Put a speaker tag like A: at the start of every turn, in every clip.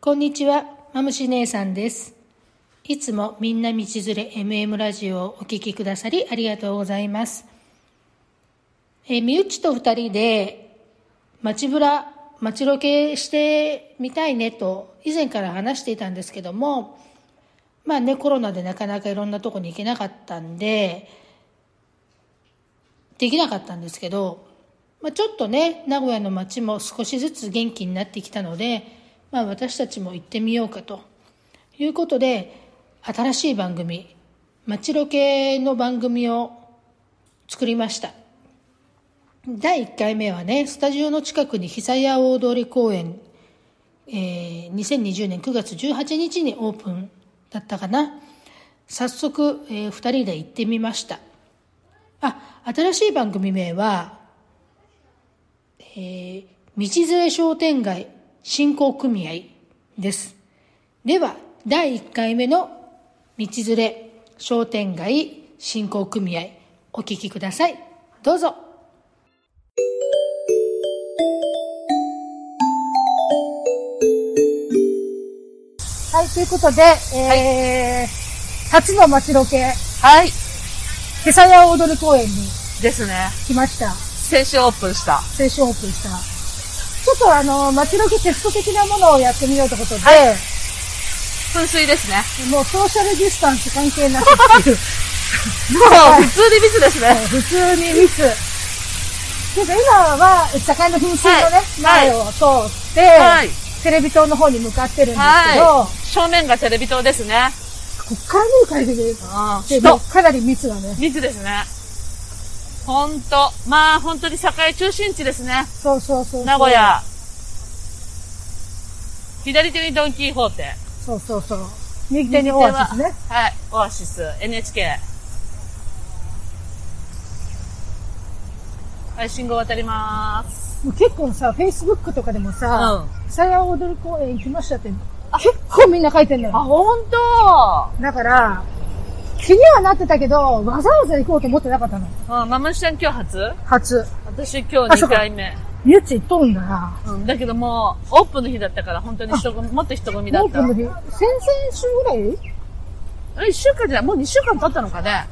A: こんにちは、まむし姉さんです。いつもみんな道連れ MM ラジオをお聞きくださりありがとうございます。えー、みゆっちと二人で、街ぶら、街ロケしてみたいねと、以前から話していたんですけども、まあね、コロナでなかなかいろんなとこに行けなかったんで、できなかったんですけど、まあ、ちょっとね名古屋の街も少しずつ元気になってきたので、まあ、私たちも行ってみようかということで新しい番組街ロケの番組を作りました第1回目はねスタジオの近くに久屋大通公園、えー2020年9月18日にオープンだったかな早速、え2人で行ってみましたあ新しい番組名はえー道連れ商店街振興組合です。では、第1回目の道連れ商店街振興組合、お聞きください。どうぞ。
B: はい、ということで、えー、初の街ロケ、
C: はい。
B: 手さや踊る公園に
C: ですね。
B: 来ました。
C: 先週オープンした。
B: 青春オープンした。ちょっとあの、街ロケテスト的なものをやってみようってことで、
C: 噴水ですね。
B: もうソーシャルディスタンス関係なくって いう、
C: もう普通にミスですね。
B: 普通にミス。なんか今は、社会の噴水のね、
C: はい
B: 前を通って、
C: はい
B: テレビ塔の方に向かってるんですけど、
C: はい。正面がテレビ塔ですね。
B: こっから見る限りで、も
C: 人
B: う。かなり密だね。
C: 密ですね。ほんと。まあ本当に堺中心地ですね。
B: そうそうそうそう。
C: 名古。屋。左手にドンキーホーテ。
B: そうそうそう。右手にオアシスね。
C: はい。オアシス、NHK。はい、信号渡りまーす。
B: もう結構さ、Facebook とかでもさ、
C: う
B: さや踊る公園行きましたって、結構みんな書いてんの
C: あ、
B: よ。
C: ほんと
B: だから、気にはなってたけど、わざわざ行こうと思ってなかったの。
C: うん、マムシちゃん今日初
B: 初。
C: 私今
B: あ
C: 日
B: そう
C: 2
B: か
C: 回目。
B: ゆっち行っとるんだな。
C: うん、だけどもう、オープンの日だったから、本当に人混み、もっと人混みだ
B: オ
C: っ
B: ー
C: た
B: プ。ンの日、先々週ぐらい経
C: え、1週間じゃない、もう2週間経ったのかね。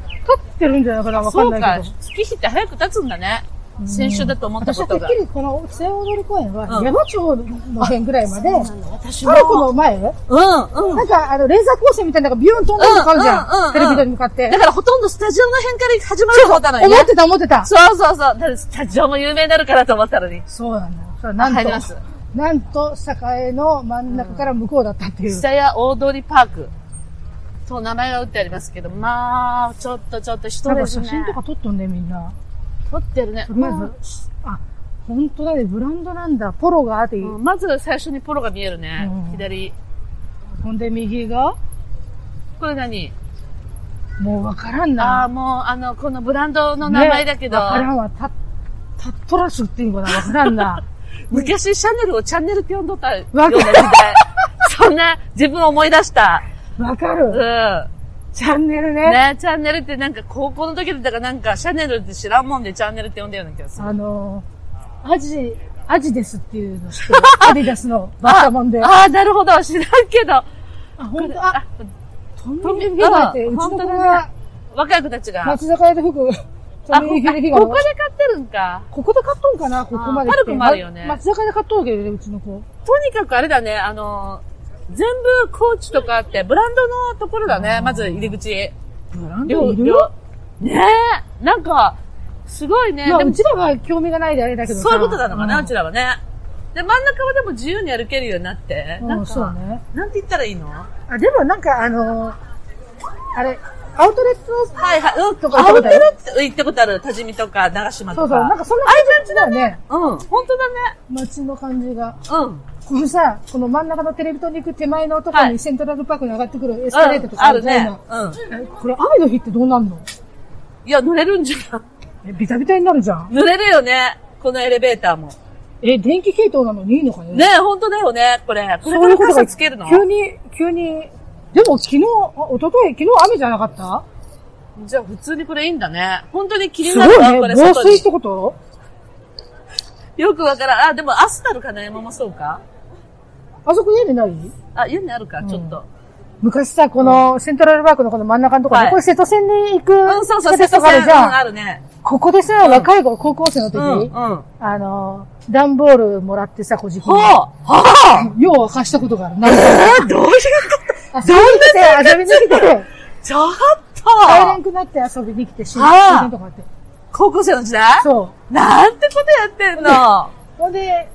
B: ってるんじゃないかな、わか
C: そ
B: ん
C: う
B: な
C: か
B: いけど。、
C: 月日って早く経つんだね。先週だと思った
B: 私
C: こ
B: はて
C: と
B: っ
C: が
B: き。りこのさや踊る公園は、
C: うん
B: 山町の辺ぐらいまで、
C: 私
B: パルコの前な
C: うん、うん。
B: んか、あの、レーザー光線みたいなのがビューン飛んでるのがあるじ
C: うんうんうん
B: ゃ。
C: うんん
B: テレビ塔に向かって
C: だ。からほとんどスタジオの辺から始まると思ったのにね
B: 思っ。てた思ってた。
C: そうそうそう。だってスタジオも有名になるからと思ったのに。
B: そうなんだよ。それはなんと。
C: 入ります。
B: なんと、栄の真ん中から向こうだったっていう。
C: 久屋大通パーク。と名前が打ってありますけど、まあ、ちょっとちょっと
B: な
C: 人
B: んか
C: です
B: 写
C: ね。
B: 真とか撮っとんね、みんな。
C: 撮ってるね。
B: とりあえず
C: まあ
B: あ、本当だね、ブランドなんだ。ポロがあって、
C: うんまず最初にポロが見えるね。
B: うん
C: 左。
B: ほんで右が、
C: これ何
B: もうわからん
C: ああ
B: な。
C: ー、もう、あの、このブランドの名前だけど、
B: ねわ、からんわ。タッ、タットラスっていうのかなわからん な。
C: 昔シャネルをチャンネルって呼んどったよう
B: わ
C: な
B: かる
C: 時代。そんな自分を思い出した。
B: わか
C: うん。
B: る。
C: ね
B: チャンネルね。
C: チャンネルってなんか高校の時だったからなんかシャネルって知らんもんでチャンネルって呼んだような気がする。
B: あのー、アジ、アジですっていうの知 ってる。アディダスのバッタモンで。あ、
C: ああ、なるほど。知らんけど。
B: ほんと、あ、ト
C: ト
B: ンビ
C: ミー
B: ヒガって、うち
C: あ
B: の
C: 本
B: 子
C: 当
B: が
C: だね。若い子たちが。
B: 松坂屋で服、ト
C: あ、
B: ミー
C: ここで
B: ヒ
C: 買
B: ルヒガの
C: ってるんか。
B: ここで買っとんかなここまで来て。
C: あーパルコもあるよね
B: ま松坂で買っとるけどね、うちの子。
C: とにかくあれだね、あの、全部コーチとかあって、ブランドのところだね、まず入り口。
B: ブランドいる
C: ねえ、なんか、すごいね。
B: まあ、
C: でも
B: うちらが興味がないであれだけどさ
C: そういうことなのかな、
B: う
C: うちらはね。で、真ん中はでも自由に歩けるようになって。
B: ん
C: な
B: うんん、
C: か、
B: そうね。
C: なんて言ったらいいのは
B: あ、でもなんかあのー、あれ、アウトレット、
C: いはい、うん、
B: と
C: と
B: か行
C: か。
B: ったこと
C: アウト
B: ある
C: レット行ったことある、多治見とか、長島
B: そう
C: と
B: そう、なんか
C: か。
B: そんな感じだよね。
C: うん、本当だね。
B: 街の感じが。
C: うん。
B: このさ、この真ん中のテレビ塔に行く手前のところ
C: は
B: に
C: い
B: セントラルパークに上がってくるエスカレーターと
C: うん
B: か
C: ある
B: じゃ
C: ね
B: ない。
C: うん。
B: のえこれ雨の日ってどうなんの
C: いや、乗れるんじゃん。
B: え、ビタビタになるじゃん。
C: 濡れるよね。このエレベーターも。
B: え、電気系統なのにいいのかね
C: ねえ、ほんとだよね、これ。これ
B: そ
C: か
B: うい
C: ら
B: うことが
C: 傘つけるの
B: 急に、急に。でも昨日、あ一昨日昨日雨じゃなかった
C: じゃあ普通にこれいいんだね。本当に気に
B: す
C: なる
B: ご
C: わ、
B: い
C: こ
B: ね。
C: れ
B: 防
C: 外
B: 水っ
C: に。
B: てこと
C: よくわからん。あ、でもアスタルかな、山もそうか。
B: あそこ家にない
C: あ、家にあるか、ちょっと。
B: 昔さ、このセントラルパークのこの真ん中のところ、
C: はい
B: これ瀬戸線に行く
C: うん、そうそう、
B: 地下
C: 瀬
B: 鉄と
C: 戸
B: かある
C: 線
B: じゃ
C: うんあ
B: ん。
C: るね。
B: ここでさ、
C: うん
B: 若い子、高校生の時、
C: うん、うん。ほ
B: あの、段ボールもらってさ、こじき
C: うほう
B: よう沸かしたことがある。なん か、
C: え、どういうこと
B: 遊びに来て、遊びに来て、
C: ちょっ
B: 帰れん
C: と
B: くなって遊びに来て、終
C: あー
B: 電とかあって。
C: 高校生の時代
B: そう。
C: なんてことやってんの
B: ほんで、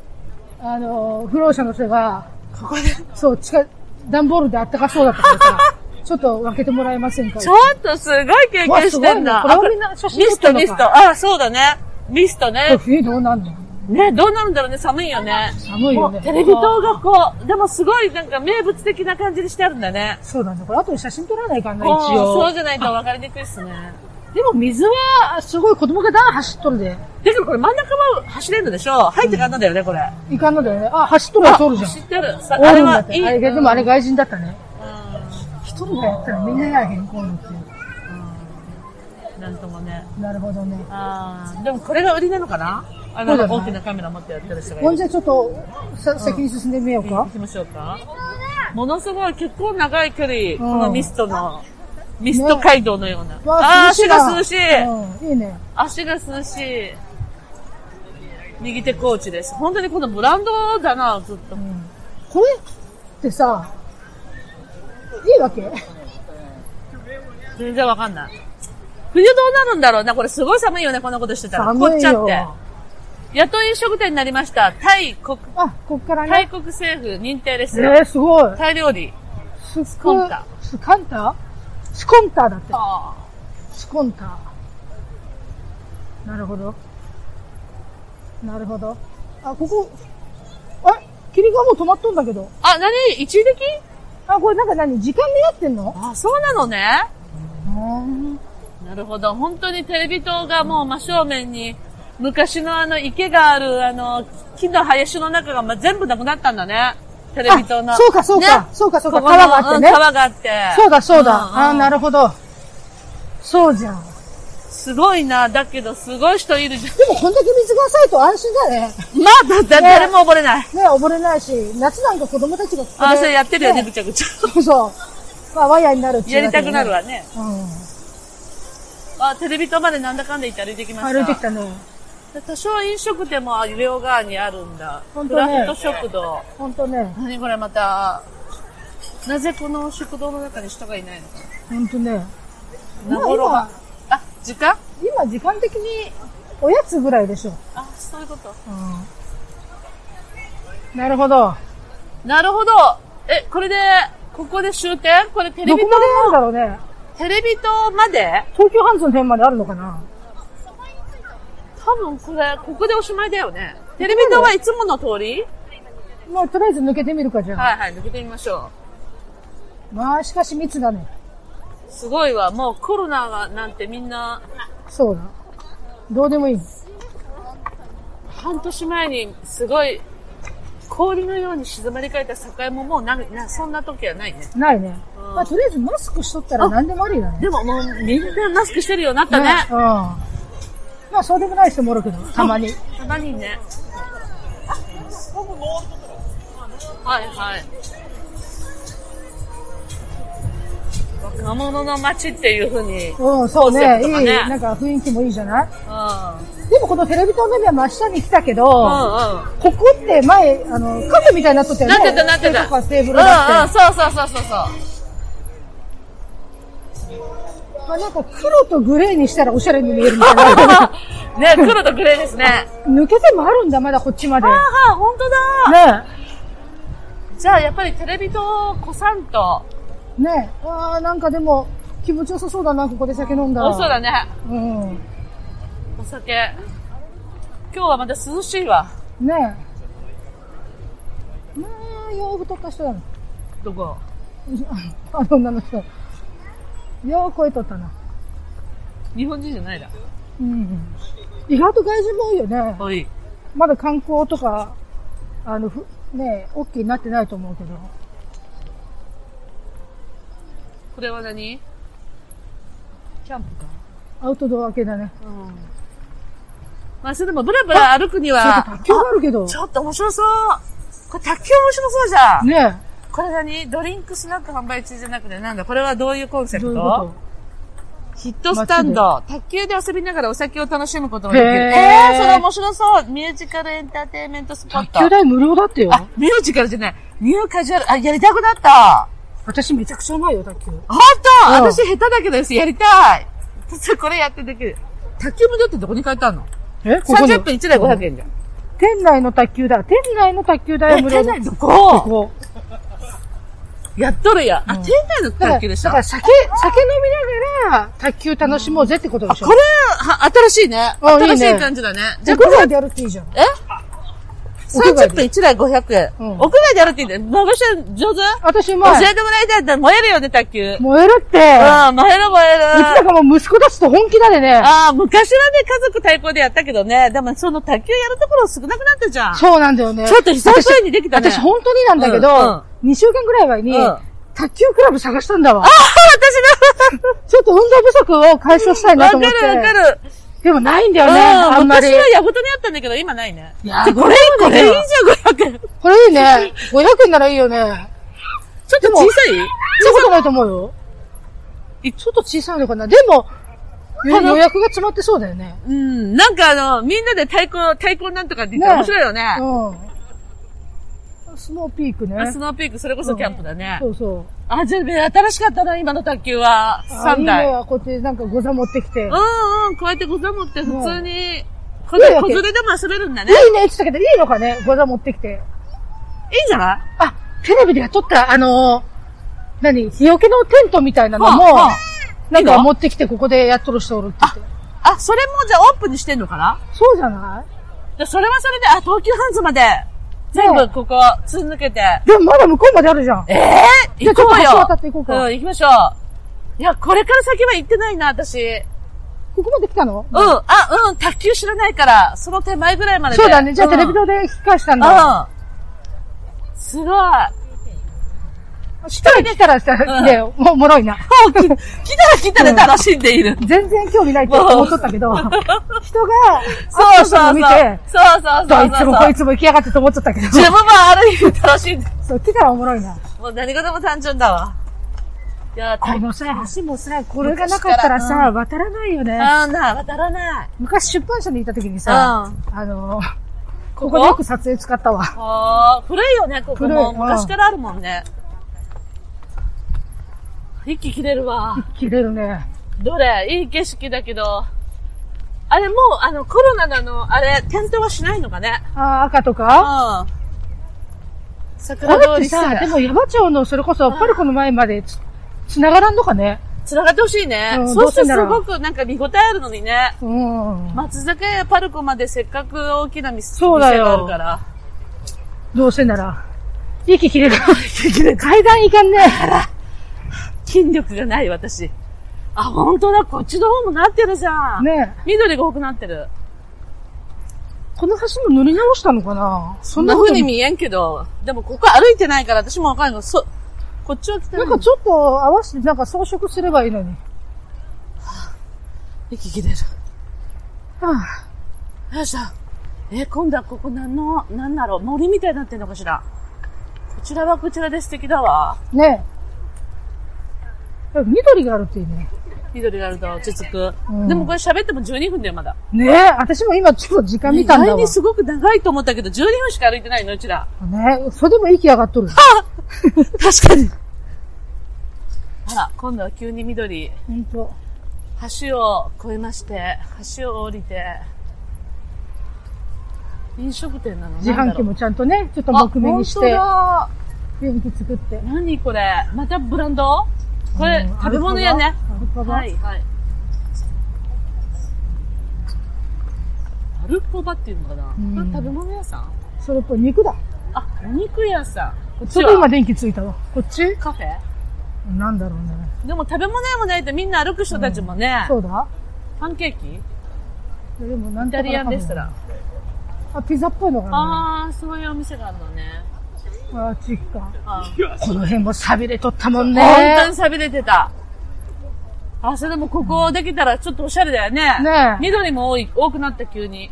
B: あの、不老者の人が、
C: ここで。
B: そう、近い、段ボールであったかそうだったからさ、 ちょっと分けてもらえませんか
C: ちょっとすごい経験してんだ。
B: うわすごいねこれはみんな写真
C: ミ
B: 撮っ
C: ス
B: た
C: ト、
B: のか
C: ミスト。あ、そうだね。ミストね。
B: 冬どうなんの
C: ね、どうなるんだろうね、寒いよね。
B: 寒い
C: も
B: よ
C: う
B: ね。
C: テレビ塔がこう、でもすごいなんか名物的な感じにしてあるんだね。
B: そうなんだ。これ後で写真撮らないかな、一
C: こうそ
B: 応
C: う。じゃないと分かりにくいっすね。
B: でも水は、すごい子供が段走っとるで。
C: だけどこれ真ん中は走れるのでしょ入ってかんのだよね、これ。
B: いかんのだよね。あ、走っとるは通るじゃん
C: 知。ってる。さ
B: お
C: あ
B: る
C: れ
B: んだっ
C: は
B: て
C: いい。
B: あれでもあれ外人だったね。
C: う
B: 一人がやったらみんなやらへん、こういうのって。
C: んなんともね。
B: なるほどね。
C: あーでもこれが売りなのかなあの、
B: そうだね
C: 大きなカメラ持ってやってる人がい
B: ほん
C: る。
B: じゃちょっと、さ、先に進んでみようか
C: 行。きましょうか。ものすごい結構長い距離、このミストの、ミスト街道のような。
B: わ
C: あー足が涼しい、
B: うん、いいね。
C: 足が涼しい。右手コーチです。本当にこのブランドだな、ずっと。
B: これってさ、いいわけ
C: 全然わかんない。冬どうなるんだろうな、これすごい寒いよね、こんなことしてたら。
B: 寒い
C: 凍っ
B: よ
C: ち。ゃって。雇い飲食店になりました。タイ国、
B: あ、こっから
C: タ
B: ね
C: イ。国政府認定です。
B: えー、すごい。
C: タイ料理。
B: スス
C: コンタ。
B: スカンタスコンタだって。
C: あ
B: スコンタ。なるほど。なるほど。あ、ここ、あれ霧がもう止まっとんだけど。
C: あ、なに一時的
B: あ、これなんか何時間でやってんの
C: あ、そうなのね。
B: うん。
C: なるほど。本当にテレビ塔がもう真正面に、昔のあの池がある、あの、木の林の中がま全部なくなったんだね。テレビ塔の。
B: あそうかそうかそうかそうか
C: ここの
B: 川があってね
C: うん川があって。
B: そうだそうだ。
C: んん
B: あなるほど。そうじゃん。
C: すごいな。だけど、すごい人いるじゃ
B: でもこんだけ水が浅いと安心だね。
C: ん。まあ、だ、だ、
B: ね
C: 誰も溺れない。
B: ね、溺れないし、夏なんか子供たちがここで
C: あ、それやってるよね、ぐちゃぐちゃ。
B: そうそう。まあ、ワイヤーになるってい
C: や
B: う
C: り
B: だけでね
C: たくなる。わね。
B: うん。
C: あ、テレビ塔までなんだかんだ言って歩いてきました。
B: 歩いてきたね。
C: で多少飲食店も両側にあるんだ。
B: 本
C: ク
B: 当ね
C: ラフト食堂。
B: ほんとね。
C: 何これまた、なぜこの食堂の中に人がいないのか
B: ほんとね。
C: な。
B: まあ
C: 名頃が。あ、時間
B: 今、時間的におやつぐらいでしょ。
C: あ、そういうこと。
B: なるほど。
C: なるほど。え、これで、ここで終点これテレ
B: ど
C: ビ
B: こ、まであるんだろうね。
C: テレビ塔まで
B: 東京ハンズの辺まであるのかな
C: 多分これ、ここでおしまいだよね。テレビ塔はいつもの通り
B: まあ、とりあえず抜けてみるか、じゃあ。
C: はいはい、抜けてみましょ
B: まあ、しかし密だね。
C: う。すごいわ。もうコロナがなんてみんな、
B: そうだ。どうでもいい。
C: 半年前にすごい、氷のように静まり返った境ももうな、な、そんな時はないね。
B: ないね。
C: うん
B: まあ、とりあえずマスクしとったら何でもありだね。
C: でももうみんなマスクしてるようになったね。
B: うん。まあ、そうでもない人もおるけど、たまに。
C: たまにね。はいはい。若者の街っていう風に。
B: うん、そう
C: コン
B: ね。
C: セプトが
B: いい、
C: ね
B: なんか雰囲気もいいじゃない
C: うん。
B: でもこのテレビ塔の目は真下に来たけど、
C: うんうん。
B: ここって前、あの、カフェみたいになっとったよ
C: な
B: ね。
C: ってたなってた。
B: 机とかテーブルがあって。
C: うんうん、そうそうそうそうそう。
B: まあなんか黒とグレーにしたらおしゃれに見えるみたいな。
C: ね、黒とグレーですね。
B: 抜けてもあるんだ、まだこっちまで。ね
C: ああ、本当だ。じゃあやっぱりテレビと子さんと、
B: え。ねえ。ああ、なんかでも気持ちよさそうだな、ここで酒飲んだ
C: お
B: ら。
C: いしそうだね。
B: うん。
C: お酒。今日はまた涼しいわ。
B: ねえ。まあ、よう太った人だな。
C: どこ
B: あの女の人。よう声とったな。
C: 日本人じゃないだ。
B: うん。意外と外人も多いよね。
C: おい。
B: まだ観光とか、あの、ふねえ、オッケーになってないと思うけど。
C: これは何キャンプか。
B: アウトドア系だね。
C: うん。まあ、それでもブラブラ歩くには、
B: 卓球があるけど。
C: ちょっと面白そう。これ卓球面白そうじゃん。
B: ね
C: これ何ドリンクスナック販売中じゃなくて、なんだこれはどういうコンセ
B: え。
C: プ
B: どう
C: ト
B: いうこ
C: ヒットスタンド。卓球で遊びながらお酒を楽しむことができる。
B: へー
C: えー、それ面白そう。ミュージカルエンターテインメントスポ
B: と
C: ッ
B: 卓球
C: ト。
B: 台無料だってよ。
C: あ、ミュージカルじゃない。ニューカジュアル。あ、やりたくなった。
B: 私めちゃくちゃうまいよ、卓球。
C: 本当
B: うん
C: 私下手だけどです。やりたい。 それこれやってできる。卓球もだってどこに変えたの
B: えここに
C: ?30 分1台500円じゃん。
B: 店内の卓球台、店内の卓球台は
C: え、
B: 無
C: 店
B: 料だ。
C: 内どこ
B: こ
C: やっとるやん。あ、
B: うん
C: 店内の
B: だから、
C: 卓球で
B: だ
C: し
B: か
C: た。
B: ら
C: あ、
B: 酒、酒飲みながら卓球楽しもうぜってことでしょ
C: こ。れは、新しいね。
B: あいいね
C: 新しい感じだね。じゃあ
B: 屋外でやるっていいじゃん。
C: え
B: 屋外
C: ?30 分1台500円。
B: うん
C: 屋外でやるって言って、まぶしゃん上手
B: 私う
C: 教
B: まい。
C: えてもらいたいんだったら燃えるよね、卓球。うん、
B: 燃えるって。
C: 燃える燃え
B: いつだ
C: る。
B: かもう息子たちと本気だでね。
C: ああ、昔はね、家族対抗でやったけどね、でもその卓球やるところ少なくなったじゃん。ちょ
B: そうなんだよね。
C: っと久々にできたね。
B: 私本当になんだけ
C: うんうん
B: ど、2週間ぐらい前に
C: うん、
B: 卓球クラブ探したんだわ
C: あ。あ、私だ
B: ちょっと運動不足を解消したい な
C: わ
B: と
C: か
B: 思って。
C: るわかる。
B: でもないんだよ
C: うん、
B: ね、あんまり
C: 昔。はやごとにあったんだけど、今ないね。
B: いや
C: でこれ、これいいじゃん、500円。
B: これいいね。500円ならいいよね。
C: ちょっと小さい
B: そんなことないと思うよ。ちょっと小さいのかな。でも、
C: あ
B: 予
C: の
B: 約が詰まってそうだよね。
C: うん、なんかあの、みんなで太鼓、太鼓なんとかって言ったら面白いよね。
B: うん。スノーピーク
C: あ
B: ね
C: ス。ノーピーク、それこそキャンプだね。
B: そうそう。
C: あ、じゃあ、新しかったな、今の卓球は。
B: あい
C: 3
B: い
C: 台。
B: ね。こうやってなんかゴザ持ってきて。いいね
C: うんうん、こうやってござもって普通に、こ
B: いい
C: れ、
B: わ
C: 子
B: け
C: 連れでも遊べるんだね。いい
B: って言ってたけど、いいのかねゴザ持ってきて。
C: じゃない
B: あ、テレビでやっとった、あのー、何日よけのテントみたいなのも
C: はあはあ、
B: なん
C: いい
B: か
C: の
B: 持ってきてここでやっとる人おるって言って。
C: あ、それもじゃあオープンにしてんのかな
B: そうじゃない
C: じゃあそれはそれで、あ、東急ハンズまで、全部ここ、つん抜けて。
B: でもまだ向こうまであるじゃん。
C: ええー、
B: じゃあ
C: 行こう
B: ちょっと
C: よ
B: 橋渡って行こうか
C: ん、行きましょう。いや、これから先は行ってないな、私。
B: ここまで来たの
C: うん、あ、うん、卓球知らないから、その手前ぐらいまでで
B: そうだね。じゃあ
C: ん
B: テレビ塔で引き返したんだ。
C: うん。すごい。
B: 一人来たらしたら、で、もう、もろいな。
C: 来たら来たら楽しんでいる。
B: 全然興味ないって思っとったけど、人が、
C: そうそう
B: あっ
C: そう。そう
B: たの見て、
C: そう
B: ど
C: そう
B: いつ
C: そう
B: も
C: そ
B: こ
C: う
B: い。つも行きやがってと思っとったけど、
C: 自分もある意味楽しんで。
B: そう、来たらおもろいな。
C: もう何事も単純だわ。いや、
B: こ
C: 大変。
B: のさ、足もさ、これがなかったら
C: 昔か
B: さ、渡らないよね。
C: あんな、渡らない。
B: 昔出版社にいた時にさ、あの、ここでよく撮影使ったわ。
C: ああ、古いよね、ここ
B: 古い
C: も。
B: うん
C: 昔からあるもんね。息切れるわ。
B: 切れるね。
C: どれいい景色だけど。あれ、もう、あの、コロナのあの、あれ、点灯はしないのかね。
B: あー赤とか
C: うん。桜
B: だっ
C: 通
B: て
C: り
B: さ、
C: さ
B: で、も山町のそれこそパルコの前までつ、繋がらんのかね
C: 繋がってほしいね。
B: うん
C: そうす
B: どうす
C: ると
B: んだ
C: す
B: ろ
C: ご
B: う
C: くなんか見応えあるのにね。
B: うん。
C: 松坂屋パルコまでせっかく大きな店
B: そうだよ
C: 店があるから。
B: どうせなら。息切れる。 階段いかんね。
C: 筋力がない私。あ、本当だ、こっちの方もなってるじゃん。
B: ね
C: 緑が多くなってる。
B: この橋も塗り直したのかなそ
C: そんな風に見えんけど、でもここ歩いてないから私もわかんないの。そ、こっちは来て
B: な
C: る
B: んかちょっと合わせてなんか装飾すればいいのに。
C: 息切れる。
B: はぁ、
C: よいしょ。え、今度はここ何の、何だろう、森みたいになってんのかしら。こちらはこちらで素敵だわ。
B: ねえ。緑があるっていいね。
C: 緑があると落ち着く。
B: うん
C: でもこれ喋っても12分だよ、まだ。
B: ねえ、私も今ちょっと時間見たんだ
C: 意外
B: わ。
C: にすごく長いと思ったけど、12分しか歩いてないの、う ちら。
B: ねそれでも息上がっとる。
C: 確かに。あら、今度は急に緑、
B: ほんと。
C: 橋を越えまして、橋を降りて、飲食店なの
B: 自販機もちゃんとね、ちょっと
C: なんだ
B: 木
C: ろう
B: 目にし
C: あ本
B: て、
C: 当だ
B: 電気作って。
C: 何これまたブランドこれ、
B: うん
C: 食べ物屋ね。。
B: アルファバ
C: はい、はい。アルコバっていうのかな、
B: うん
C: これ食べ物屋さん
B: それっぽい肉だ。
C: あ、お肉屋さん。こっ
B: ちょ
C: ち
B: うど
C: は
B: 今電気ついたわ。こっち
C: カフェ
B: なんだろうね。
C: でも食べ物屋もないとみんな歩く人たちもね、
B: そうだ
C: パンケーキイ
B: でもなんと
C: タ
B: か
C: リアンレストラン。
B: あ、ピザっぽいのかな
C: あー、そういうお店があるのね。
B: あ、チッか。
C: あー
B: この辺も寂れとったもんね。
C: 本当に寂れてた。あ、それでもここできたらちょっとおしゃれだよね。
B: ねえ
C: 緑も多い、多くなった急に。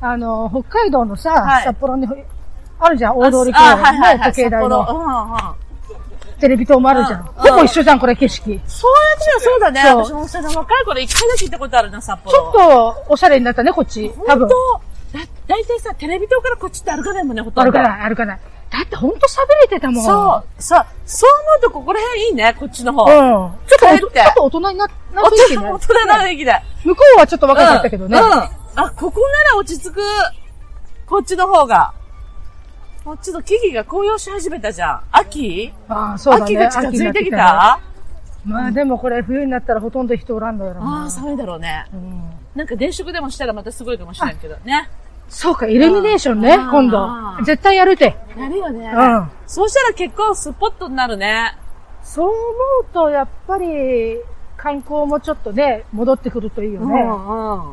B: あの、北海道のさ、
C: はい
B: 札幌にあるじゃん、大通り公
C: あ
B: 園
C: はいはい
B: の
C: はい。
B: 時計台
C: 札
B: の
C: 幌うんうん。
B: テレビ塔もあるじゃん。
C: うんうん
B: ほぼ一緒じゃん、これ景色。
C: そうやってはそうだね。
B: そう
C: 私もその若い頃一回だけ行ったことあるな、札幌。
B: ちょっと、おしゃれになったね、こっち。多分。
C: 本当だ、だいたいさ、テレビ塔からこっちって歩かないもんね、ほとん
B: 歩
C: ど。
B: かない、歩かない。だってほんと喋れてたもん。
C: そう、そう、そう思うとここら辺いいね、こっちの方。
B: うん。ち
C: ん。
B: ょっとおと、
C: 帰って
B: ちょっと大人になな
C: 大
B: 雰囲気
C: 人、
B: にな
C: 大
B: る
C: 人な雰囲気だ。
B: 向こうはちょっと若かったけどね。
C: うん。うんあ、ここなら落ち着く。こっちの方が。こっちの木々が紅葉し始めたじゃん。秋、
B: ああ、そうだね。
C: 秋が近づいてき
B: 秋に
C: た
B: なってきたねまあでもこれ冬になったらほとんど人おらんのやろ
C: ああ、
B: な。
C: 寒いだろうね。
B: うん
C: なんか電飾でもしたらまたすごいかもしれんけどね。
B: そうか、イルミネーションね、
C: うん
B: 今
C: う
B: 度。
C: ん
B: 絶対やるて。
C: やるよね。
B: うん
C: そうしたら結構スポットになるね。
B: そう思うと、やっぱり、観光もちょっとね、戻ってくるといいよ
C: う
B: ね。
C: んうん。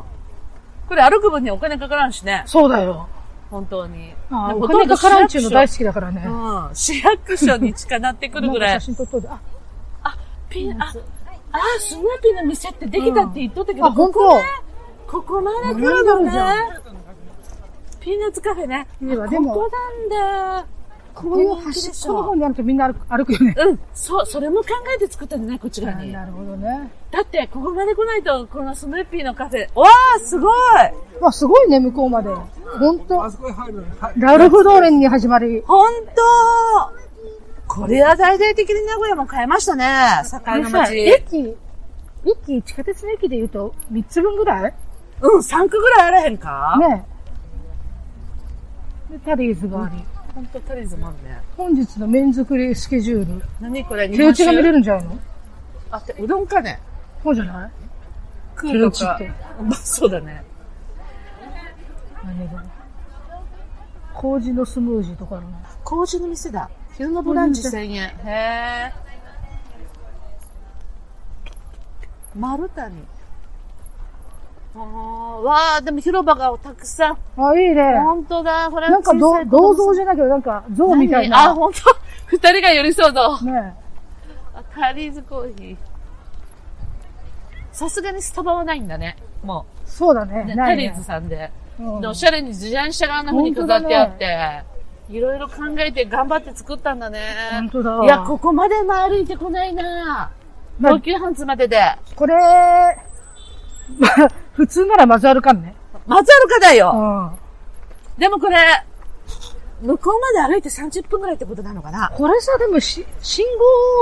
C: これ歩く分にお金かからんしね。
B: そうだよ。
C: 本当に。
B: ああ
C: なん
B: お
C: かほと
B: 金
C: んど
B: かからんちゅうの大
C: 市
B: 好きだからね。
C: 役所うん。市役所に近なってくるぐら
B: ない んか写。真撮っとるで。あ、
C: ピン、あ、あ、スヌーピーの店ってできたって言っとったけど、
B: あ本当
C: ここね、ここまで来るの
B: 並ん
C: ね
B: でるじゃ。
C: ピーナッツカフェね。
B: いいわ
C: あ
B: でも
C: ここなんだ。
B: こういう
C: ここ人気でし
B: 橋、
C: ょ
B: この方にあるとみんな歩く歩くよね。
C: うん、そう、それも考えて作ったんじゃないこっち側に。
B: なるほどね。
C: だって、ここまで来ないと、このスヌーピーのカフェ、わー、すごい
B: まあすごいね、向こうまで。ほんと
D: あ。そこへ入るのに。はい
B: ラルフドーレンに始まり。
C: 本当これは大々的に名古屋も変えましたね、
B: あ
C: 栄
B: れ
C: の
B: さ、
C: 街。
B: 駅、駅、地下鉄の駅で言うと3つ分ぐらい
C: うん、3区ぐらいあらへんか
B: ねで、タリーズがあり。
C: 本当タリーズもあるね。
B: 本日の麺作りスケジュール。
C: 何これ、日
B: 手打
C: 本
B: ちが
C: 酒
B: 見れるんじゃないの
C: あ、てうどんかね。
B: そうじゃない
C: 食
B: 手
C: う
B: 打
C: と
B: ち
C: か。
B: って。
C: まあ、そうだね。
B: 何が麹のスムージーとかあるな。
C: 麹の店だ。昼のブランチ1000円。へえ。丸谷。あーわあ、でも広場がたくさん。
B: あ、いいね。
C: 本当だ、これ
B: なんか
C: 小さ
B: ど
C: い子供
B: 銅
C: さん
B: 像じゃなきゃなんか像みたいな。
C: あ、本当。二人が寄り添うと。
B: ね
C: あタリーズコーヒー。さすがにスタバはないんだね。も
B: えそうだね。
C: う、ね
B: な
C: タ
B: い
C: リ
B: ね
C: ーズさんで。
B: うん
C: で、おしゃれに自転車があんな風に飾ってあって、いろいろ考えて頑張って作ったんだね。
B: 本当だ。
C: いや、ここまで歩いてこないな
B: まあ
C: 東急ハンズまでで。
B: これ、 まあ、普通ならまず歩かんね。
C: 松あるかだ
B: う
C: よ。
B: ん。
C: でもこれ、向こうまで歩いて30分ぐらいってことなのかな
B: これさ、でもし、信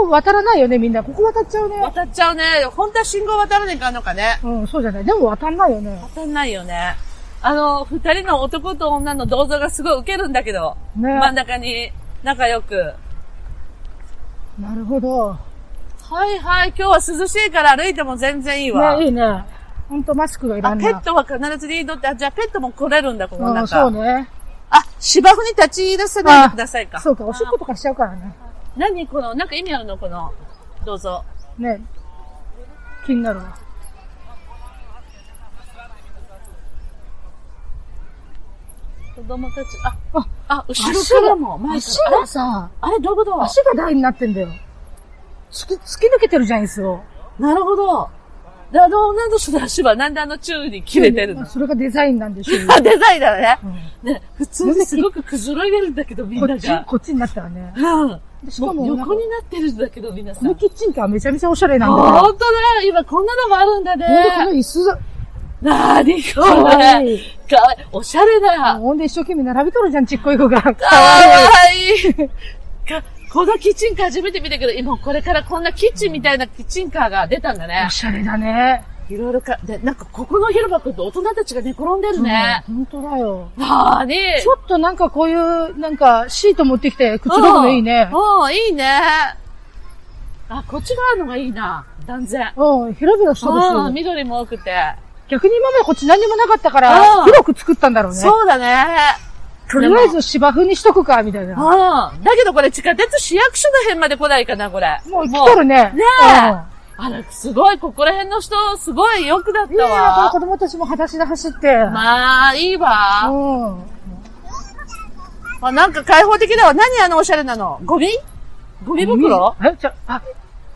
B: 号渡らないよね、みんな。ここ渡っちゃうね。
C: 渡っちゃうね。本当は信号渡らねえかんのかね。
B: うん、そうじゃない。でも渡んないよね。
C: 渡んないよね。あの、二人の男と女の銅像がすごいウケるんだけど、
B: ね
C: 真ん中に仲良く。
B: なるほど。
C: はいはい、今日は涼しいから歩いても全然いいわ。
B: ね、いいね。ほんとマスクがいら
C: あ、
B: ん
C: ペ
B: な
C: ッ。トは必ずリードって、あ、じゃあペットも来れるんだ、この
B: うん、
C: 中。
B: そうね。
C: あ、芝生に立ち出せないでくださいか。
B: そうか、おしっことかしちゃうからね。
C: 何この、なんか意味あるのこの、どうぞ。
B: ね気になるわ。
C: 子供たち、あ、
B: あ
C: あ、後ろからも、前か
B: 足
C: ら。あ
B: がさ、
C: あれ、どういうこと
B: 足が台になってんだよ。突き、突き抜けてるじゃん、椅子を。
C: なるほど。で、あの女の人の足はなんであの宙に切れてるの
B: それがデザインなんでしょうよ。
C: あ、デザインだね。
B: うん
C: ね、普通にすごくくずろいでるんだけど、みん
B: こ
C: な
B: っち
C: が。
B: こっちになったらね。
C: うん。
B: でしか
C: も
B: も
C: う、
B: なんか
C: 横になってるんだけど、みんなさ
B: この。キッチンカーめちゃめちゃおしゃれなんだよ。
C: 本当だ今こんなのもあるんだ
B: ほんとこの
C: ね。
B: 椅子、
C: なにこれ。か
B: か
C: わ
B: わ
C: い
B: い
C: い
B: い。
C: おしゃれだ。
B: ほんで一生懸命並びとるじゃん、ちっこい子が。
C: かわいい。かこのキッチンカー初めて見たけど、今これからこんなキッチンみたいなキッチンカーが出たんだね
B: お。しゃれだね。
C: いろいろか、で、なんかここの広場くんと大人たちが寝転んでるね。
B: うん。本当だよ。
C: なーに
B: ちょっとなんかこういう、なんかシート持ってきて、くつろぐのいいね。
C: うんうん、いいね。あ、こっち側のがいいな。断然。
B: うん、広々しとる
C: うん、
B: し。
C: 緑も多くて。
B: 逆に今までこっち何にもなかったか
C: うん
B: ら、広く作ったんだろうね。
C: そうだね。
B: とりあえず芝生にしとくか、みたいな。
C: うん。だけどこれ地下鉄市役所の辺まで来ないかな、これ。
B: もう来とるね。
C: ねえ
B: う
C: あら、すごい、ここら辺の人、すごい良くなっ
B: んいい
C: た
B: ねやっぱり子供
C: わ。
B: たちも裸足で走って。
C: まあ、いいわ。
B: うん。
C: あ、なんか開放的だわ。何あのおしゃれなのゴミゴミ袋
B: え、ちょ、あ、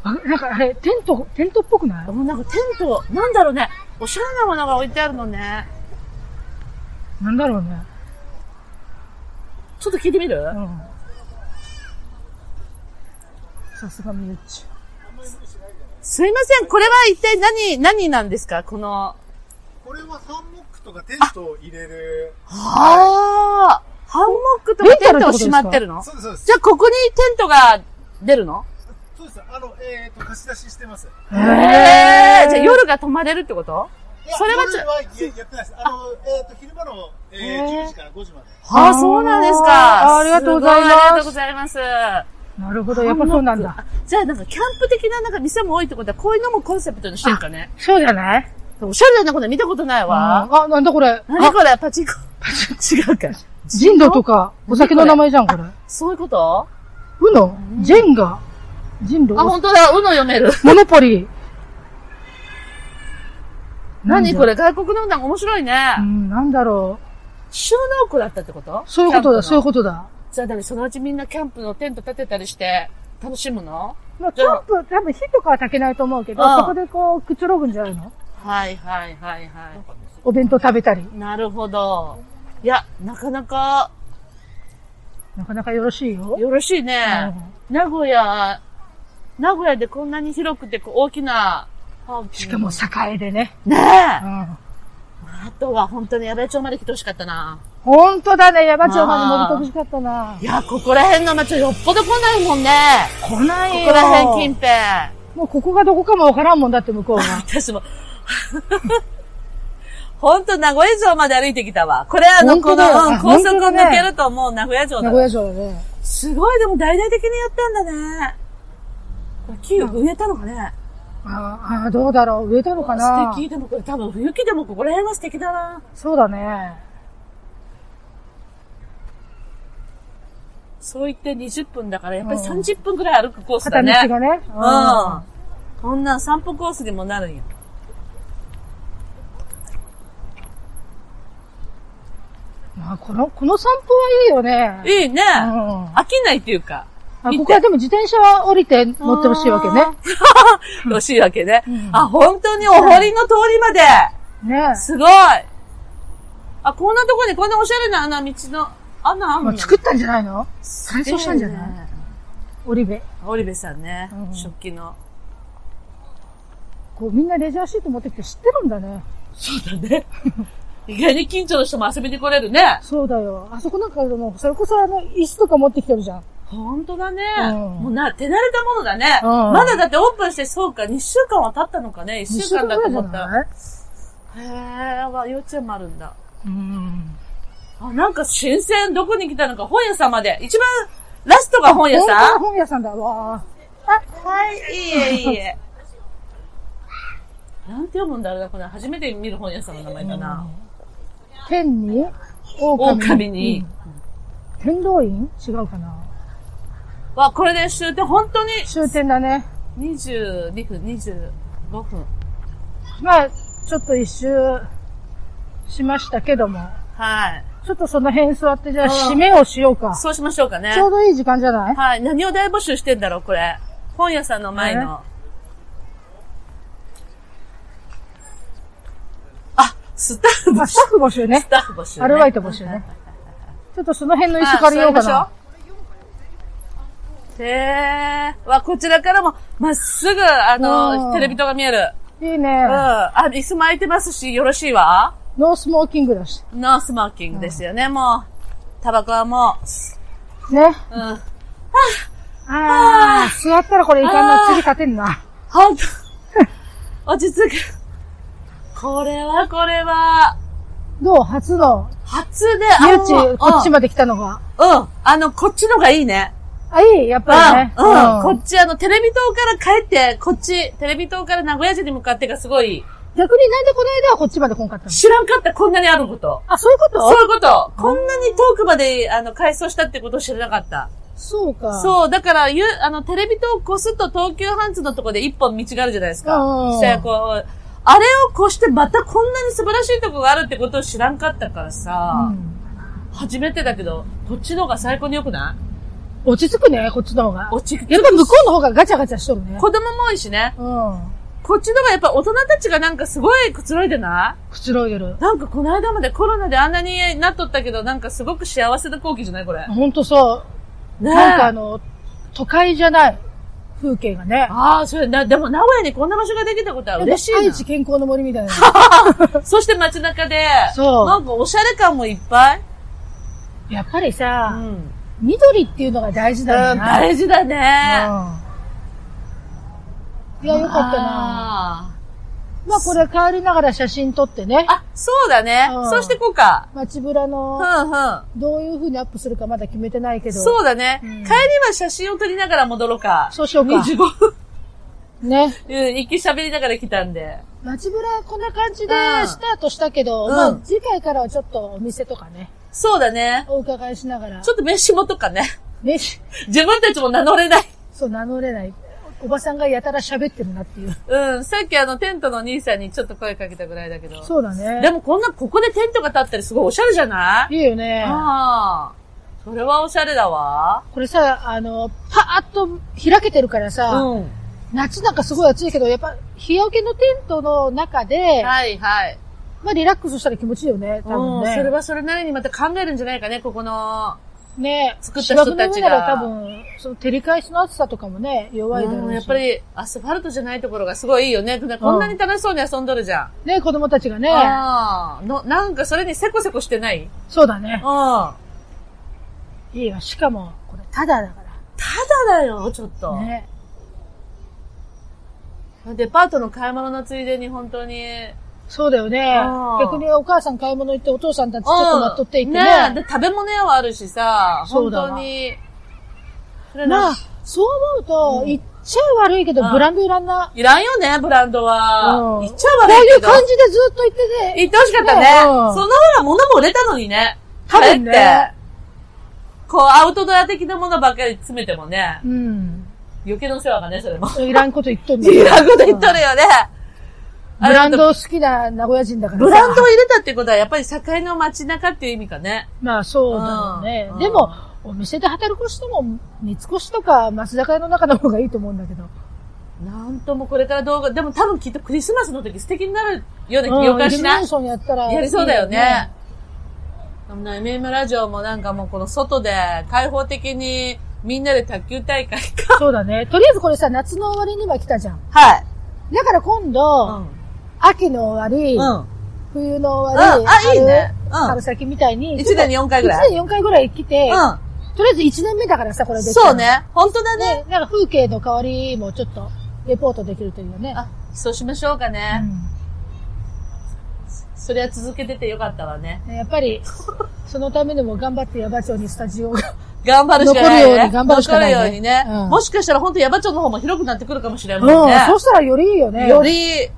B: あなんかあれ、テント、テントっぽくない
C: もうなんかテント、なんだろうね。おしゃれなものが置いてあるのね。
B: なんだろうね。
C: ちょっと聞いてみる
B: うん。さすがみゆっち。
C: すいません、これは一体何、何なんですかこの、
D: これはハンモックとかテントを入れる。
C: ああハンモックとか
B: レン
C: テ
B: タル
C: ン
B: ってこと
C: トを
B: です
C: し
B: か
C: まってるの
D: そうです、そうです。
C: じゃあここにテントが出るの
D: そうです。あの、えっ、と、貸し出ししてます。
B: へ
C: へえじゃあ夜が泊まれるってことそれはちょ
D: ちはややってないです。あの、えっ、と、昼間の、えー
B: へー
D: 10時から5時まで。
C: ああ、そうなんですか。
B: あーありがとうございます
C: ごありがとうございます。
B: なるほど、やっぱそうなんだ。
C: じゃあなんかキャンプ的ななんか店も多いってことは、こういうのもコンセプトにしてるかね。
B: そうじゃない
C: おしゃれだな、これ見たことないわ。
B: あ、なんだこれ。
C: 何これパチンコ。違うか。
B: ジンドとか、お酒の名前じゃん、これ。
C: そういうこと
B: うの、ジェンガ、ジンド、
C: あ、
B: モ
C: 本当だ、うの読める。
B: ノポリー。
C: 何こ
B: れ
C: れ外国の歌面白いね。
B: うん、なんだろう。
C: 収納庫だったってこと
B: そういうことだ、そういう
C: う。
B: ことだ。
C: じゃあ何そのうちみんなキャンプのテント建てたりして、楽しむの
B: まあ、キャンプ、多分火とかは炊けないと思うけど、
C: うん
B: そこでこう、くつろぐんじゃないの
C: はいはいはいは
B: お弁当食べたり。
C: い。なるほど。いや、なかなか
B: なかなかよろしいよ。
C: よろしいね。名古屋、名古屋でこんなに広くてこう大きなパーク。
B: しかも、栄でね。
C: ねえ。
B: う
C: あ
B: ん。
C: とは本当に矢部町まで来てほしかったな。。
B: ほんとだね、山頂まで乗りてほしかったない
C: や、ここら辺の町はよっぽど来ないもんね。
B: 来な
C: こ
B: いよ。
C: こら辺近辺。
B: もうここがどこかもわからんもんだって、向こうが。
C: 私も。ほんと、名古屋城まで歩いてきたわ。これあの、
B: 本当
C: この
B: だよ、
C: うん
B: あ
C: 高速を
B: 本当だ
C: 抜
B: ね
C: けるともう名古屋城
B: 名
C: だ
B: 古
C: わ。
B: 屋城だね。
C: すごい、でも大々的にやったんだね。これ、木を植えたのかね。
B: あーあー、どうだろう。植えたのかな
C: 素敵。でもこれ多分、冬木でもここら辺は素敵だな。
B: そうだね。
C: そう言って20分だから、やっぱり
B: うん
C: 30分くらい歩くコース
B: 片
C: だね。
B: 道がね。う
C: うん。こんなん散歩コースにもなるんよ。
B: まあ、この、この散歩はいいよね。
C: いい
B: う
C: ね。
B: ん。あ
C: 飽きないっていうか。見て
B: ここはでも自転車は降りて乗ってほしいわけね。
C: 欲しいわけね
B: うん。
C: あ、本当にお堀の通りまで。
B: ね
C: すごいあ、こんなとこにこんなおしゃれな穴道の、穴あん
B: ま
C: の
B: あ、作ったんじゃないの改装したんじゃない
C: い
B: 織部。
C: 織部さんね、
B: うん
C: 食器の。
B: こう、みんなレジャーシート持ってきて知ってるんだね。
C: そう だね。意外に近所の人も遊びに来れるね。
B: そうだよ。あそこなんかでも、それこそあの、椅子とか持ってきてるじゃん。
C: ほんとだね。
B: うん
C: もうな、手慣れたものだね。
B: うん
C: まだだってオープンしてそうか、2週間は経ったのかね。1
B: 一
C: 週間だと思っ
B: じゃ
C: た。
B: ない
C: へー、わ、幼稚園もあるんだ。
B: うん。
C: あ、なんか新鮮、どこに来たのか、本屋さんまで。一番、ラストが本屋さん
B: 本当だ本屋さんだわ
C: あ、はい、いいえ、いいえ。なんて読むんだろうな、これ。初めて見る本屋さんの名前だな。
B: ー。天に、狼
C: 狼に。
B: 天道院違うかな。
C: わ、これで終点、本当に
B: 終点だね。
C: 22分、25分。
B: まあ、ちょっと一周しましたけども、
C: はい。
B: ちょっとその辺座って、じゃあ
C: うん
B: 締めをしようか。
C: そうしましょうかね
B: ち。ょうどいい時間じゃない
C: はい。何を大募集してんだろう、これ。本屋さんの前の。あ、スタッフ、
B: あ、スタッフ募集ね
C: ス。タッフ募集、ね。
B: アルバイト募集ね。ちょっとその辺の椅子借りようかな。
C: へえー。わ、こちらからも、まっすぐ、あ
B: う
C: の、
B: ん
C: テレビ塔が見える。
B: いい
C: うん。
B: ね。
C: あ、椅子も空いてますし、よろしいわ。
B: ノースモーキングだし。
C: ノースマーキングですよね、もう。タバコはも
B: ね。
C: う。うん。
B: ああ、座ったらこれいかん
C: あー
B: な。次勝てんな。
C: ほんと。 落ち着く。これは、これは、
B: どう初の、
C: 初で、
B: ミュ
C: あ
B: ーチ、こっち
C: も
B: まで来たのが。
C: うん。うん。あの、こっちのがいいね。
B: あ、いい、やっぱりね。
C: うん、うん。こっち、あの、テレビ塔から帰って、こっち、テレビ塔から名古屋市に向かってがすごい、
B: 逆になんでこの間はこっちまで来んかったの
C: 知らんかった、こんなにあること。
B: あ、そういうこと
C: そういうこと。こんなに遠くまで、あの、改装したってことを知らなかった。
B: そうか。
C: そう、だから、ゆ、あの、テレビ塔を越すと東急ハンズのとこで一本道があるじゃないですか。
B: うん
C: そしたらこう、あれを越してまたこんなに素晴らしいとこがあるってことを知らんかったからさ、
B: うん
C: 初めてだけど、こっちの方が最高に良くない
B: 落ち着くね、こっちの方が。
C: 落ち着く
B: やっぱ向こうの方がガチャガチャしとるね。
C: 子供も多いしね。
B: うん。
C: ここっちのがやっぱ大人たちがなんかすごいくつろいでない
B: くつろいでる。
C: なんかこの間までコロナであんなになっとったけど、なんかすごく幸せな後期じゃないこれ。
B: ほんとさ、
C: ねえ
B: なんかあの、都会じゃない風景がね。
C: ああ、それ、な、でも名古屋にこんな場所ができたことは嬉しい
B: 愛知健康の森みたいな。
C: な。そして街中で、
B: そう
C: なんかおしゃれ感もいっぱい。
B: やっぱり
C: う
B: さ、
C: ん。
B: 緑っていうのが大事だよな。
C: 大事だね。
B: うんいや、よかったな。
C: あ
B: まあこれ帰りながら写真撮ってね
C: ー。あ、そうだね。
B: うん
C: そうしてこうか。
B: 街ぶら
C: う
B: の、
C: んうん。
B: どういう風にアップするかまだ決めてないけど。
C: そうだね。
B: ん
C: 帰りは写真を撮りながら戻ろうか。
B: そうしようか。
C: 25分。
B: ね。
C: うん、行き喋りながら来たんで。
B: 街ぶらこんな感じで
C: うん
B: スタートしたけど、
C: うん
B: まあ次回からはちょっとお店とかね、
C: そうだね。
B: お伺いしながら
C: ち。ょっと飯もとかね。
B: ね、
C: 自分たちも名乗れない。
B: そう名乗れない。おばさんがやたら喋ってるなっていう。
C: うん、さっきあのテントの兄さんにちょっと声かけたぐらいだけど。
B: そうだね。
C: でもこんな、ここでテントが立ったりすごいおしゃれじゃない
B: いいよね。
C: ああ。それはおしゃれだわ。
B: これさ、あの、パーッと開けてるからさ、
C: うん。
B: 夏なんかすごい暑いけど、やっぱ日よけのテントの中で、
C: はいはい。
B: まあリラックスしたら気持ちいいよね、多分
C: うん、
B: ね。
C: それはそれなりにまた考えるんじゃないかね、ここの。
B: ね、
C: 作った人たち
B: 芝生
C: が
B: の上なら多分、その照り返しの暑さとかもね、弱いだろうし
C: うん、やっぱりアスファルトじゃないところがすごいいいよね。こんなに楽しそうに遊んどるじゃん。
B: ね、子供たちがね、
C: ああ。の、なんかそれにせこせこしてないうん。
B: そうだね。
C: た
B: いいわ。しかも、これ、ただだか
C: だだよ、ちょっと。
B: ら。ね。
C: デパートの買い物のついでに本当に。
B: そうだよね
C: あ。ー
B: 逆にお母さん買い物行って、お父さんたちちょっと待っとっていってね。
C: えで食べ物屋はあるしさ、
B: そう
C: 本
B: だわ
C: 当に。それ
B: ま
C: な
B: あ、そう思うと、言っちゃ悪いけど、
C: うん
B: ブランドいらんな。
C: いらんよね、ブランドは。
B: うん
C: いっちゃ
B: こう
C: 悪い
B: いう
C: けど。
B: 感じでずっと言ってね。
C: 言ってほしかったね。
B: ねう
C: そ
B: ん
C: のほら、物も売れたのにね。
B: 多分ね
C: 帰って。こう、アウトドア的なものばっかり詰めてもね
B: う、ん。
C: 余計なお世話がね、それも。
B: いらんこと言っとんね。
C: いらんこと言っと
B: ね。
C: るよ ね。
B: ブランド好きな名古屋人だからさ。
C: ブランドを入れたってことは、やっぱり境の街中っていう意味かね。
B: まあそうだろうね
C: うん。
B: でも、お店で働く人も、三越とか松坂屋の中の方がいいと思うんだけど。
C: なんともこれから動画、でも多分きっとクリスマスの時素敵になるような予感しな
B: イルミ
C: い
B: ネーションやったら。
C: やりそうだよね。あの、MM ラジオもなんかもうこの外で開放的にみんなで卓球大会か。
B: そうだね。とりあえずこれさ、夏の終わりには来たじゃん。
C: はい。
B: だから今
C: う
B: 度、
C: ん。
B: 秋の終わり、
C: うん。
B: 冬の終わり、
C: うんあいいね
B: 春
C: うん
B: 春先みたいに。
C: 一年に四回ぐらい
B: 1年4回ぐらい来て、とりあえず1年目だからさ、こ
C: う
B: れ
C: ん。
B: で。
C: そう。ね。本当だ
B: ね、
C: ね。
B: なんか風景の代わりもちょっと、レポートできるというね。
C: あ、そうしましょうか
B: う
C: ね。
B: ん
C: そりゃ続けててよかったわね。
B: ねやっぱり、そのためにも頑張って矢場町にスタジオが。
C: 頑張るしかない
B: 残るよう
C: ね。
B: に頑張るしかないね
C: 残ようにね。
B: うん
C: もしかしたら本当ヤバ町の方も広くなってくるかもしれ
B: う、
C: なんいもんね。
B: そうしたらよりいいよね。
C: よ。り、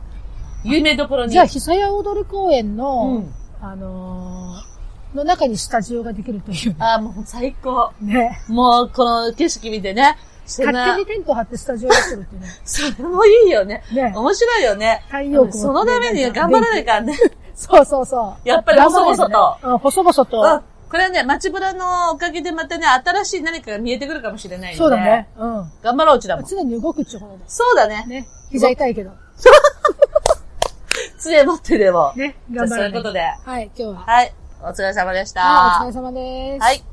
C: 有名どころに。
B: じゃあ、久屋踊り公園
C: う
B: の、
C: ん。
B: あのーの中にスタジオができるという
C: あー、もう最高。
B: ね。
C: もう、この景色見てね。そんな
B: 勝手にテント張ってスタジオやってるっていうね。
C: それもいいよね。
B: ね
C: 面白いよね。
B: 太陽光
C: そのためには頑張らないからね。
B: そうそうそう。
C: やっぱり細々と
B: 頑張れるねうん、細々
C: う
B: と。
C: ん。これはね、街ぶらのおかげでまたね、新しい何かが見えてくるかもしれないよね。
B: そうだ。ね。うん。
C: 頑張ろう、うちらも。
B: 常に動くってことです。
C: そうだね。
B: ね。膝痛いけど。
C: 杖持ってでも。
B: ね。
C: じゃあ
B: 頑張
C: そうい
B: ら
C: う
B: な
C: こ
B: い
C: と
B: と。
C: で。
B: はい、今日は。
C: はい。お疲れ様でした。
B: はい、お疲れ様です。
C: はい。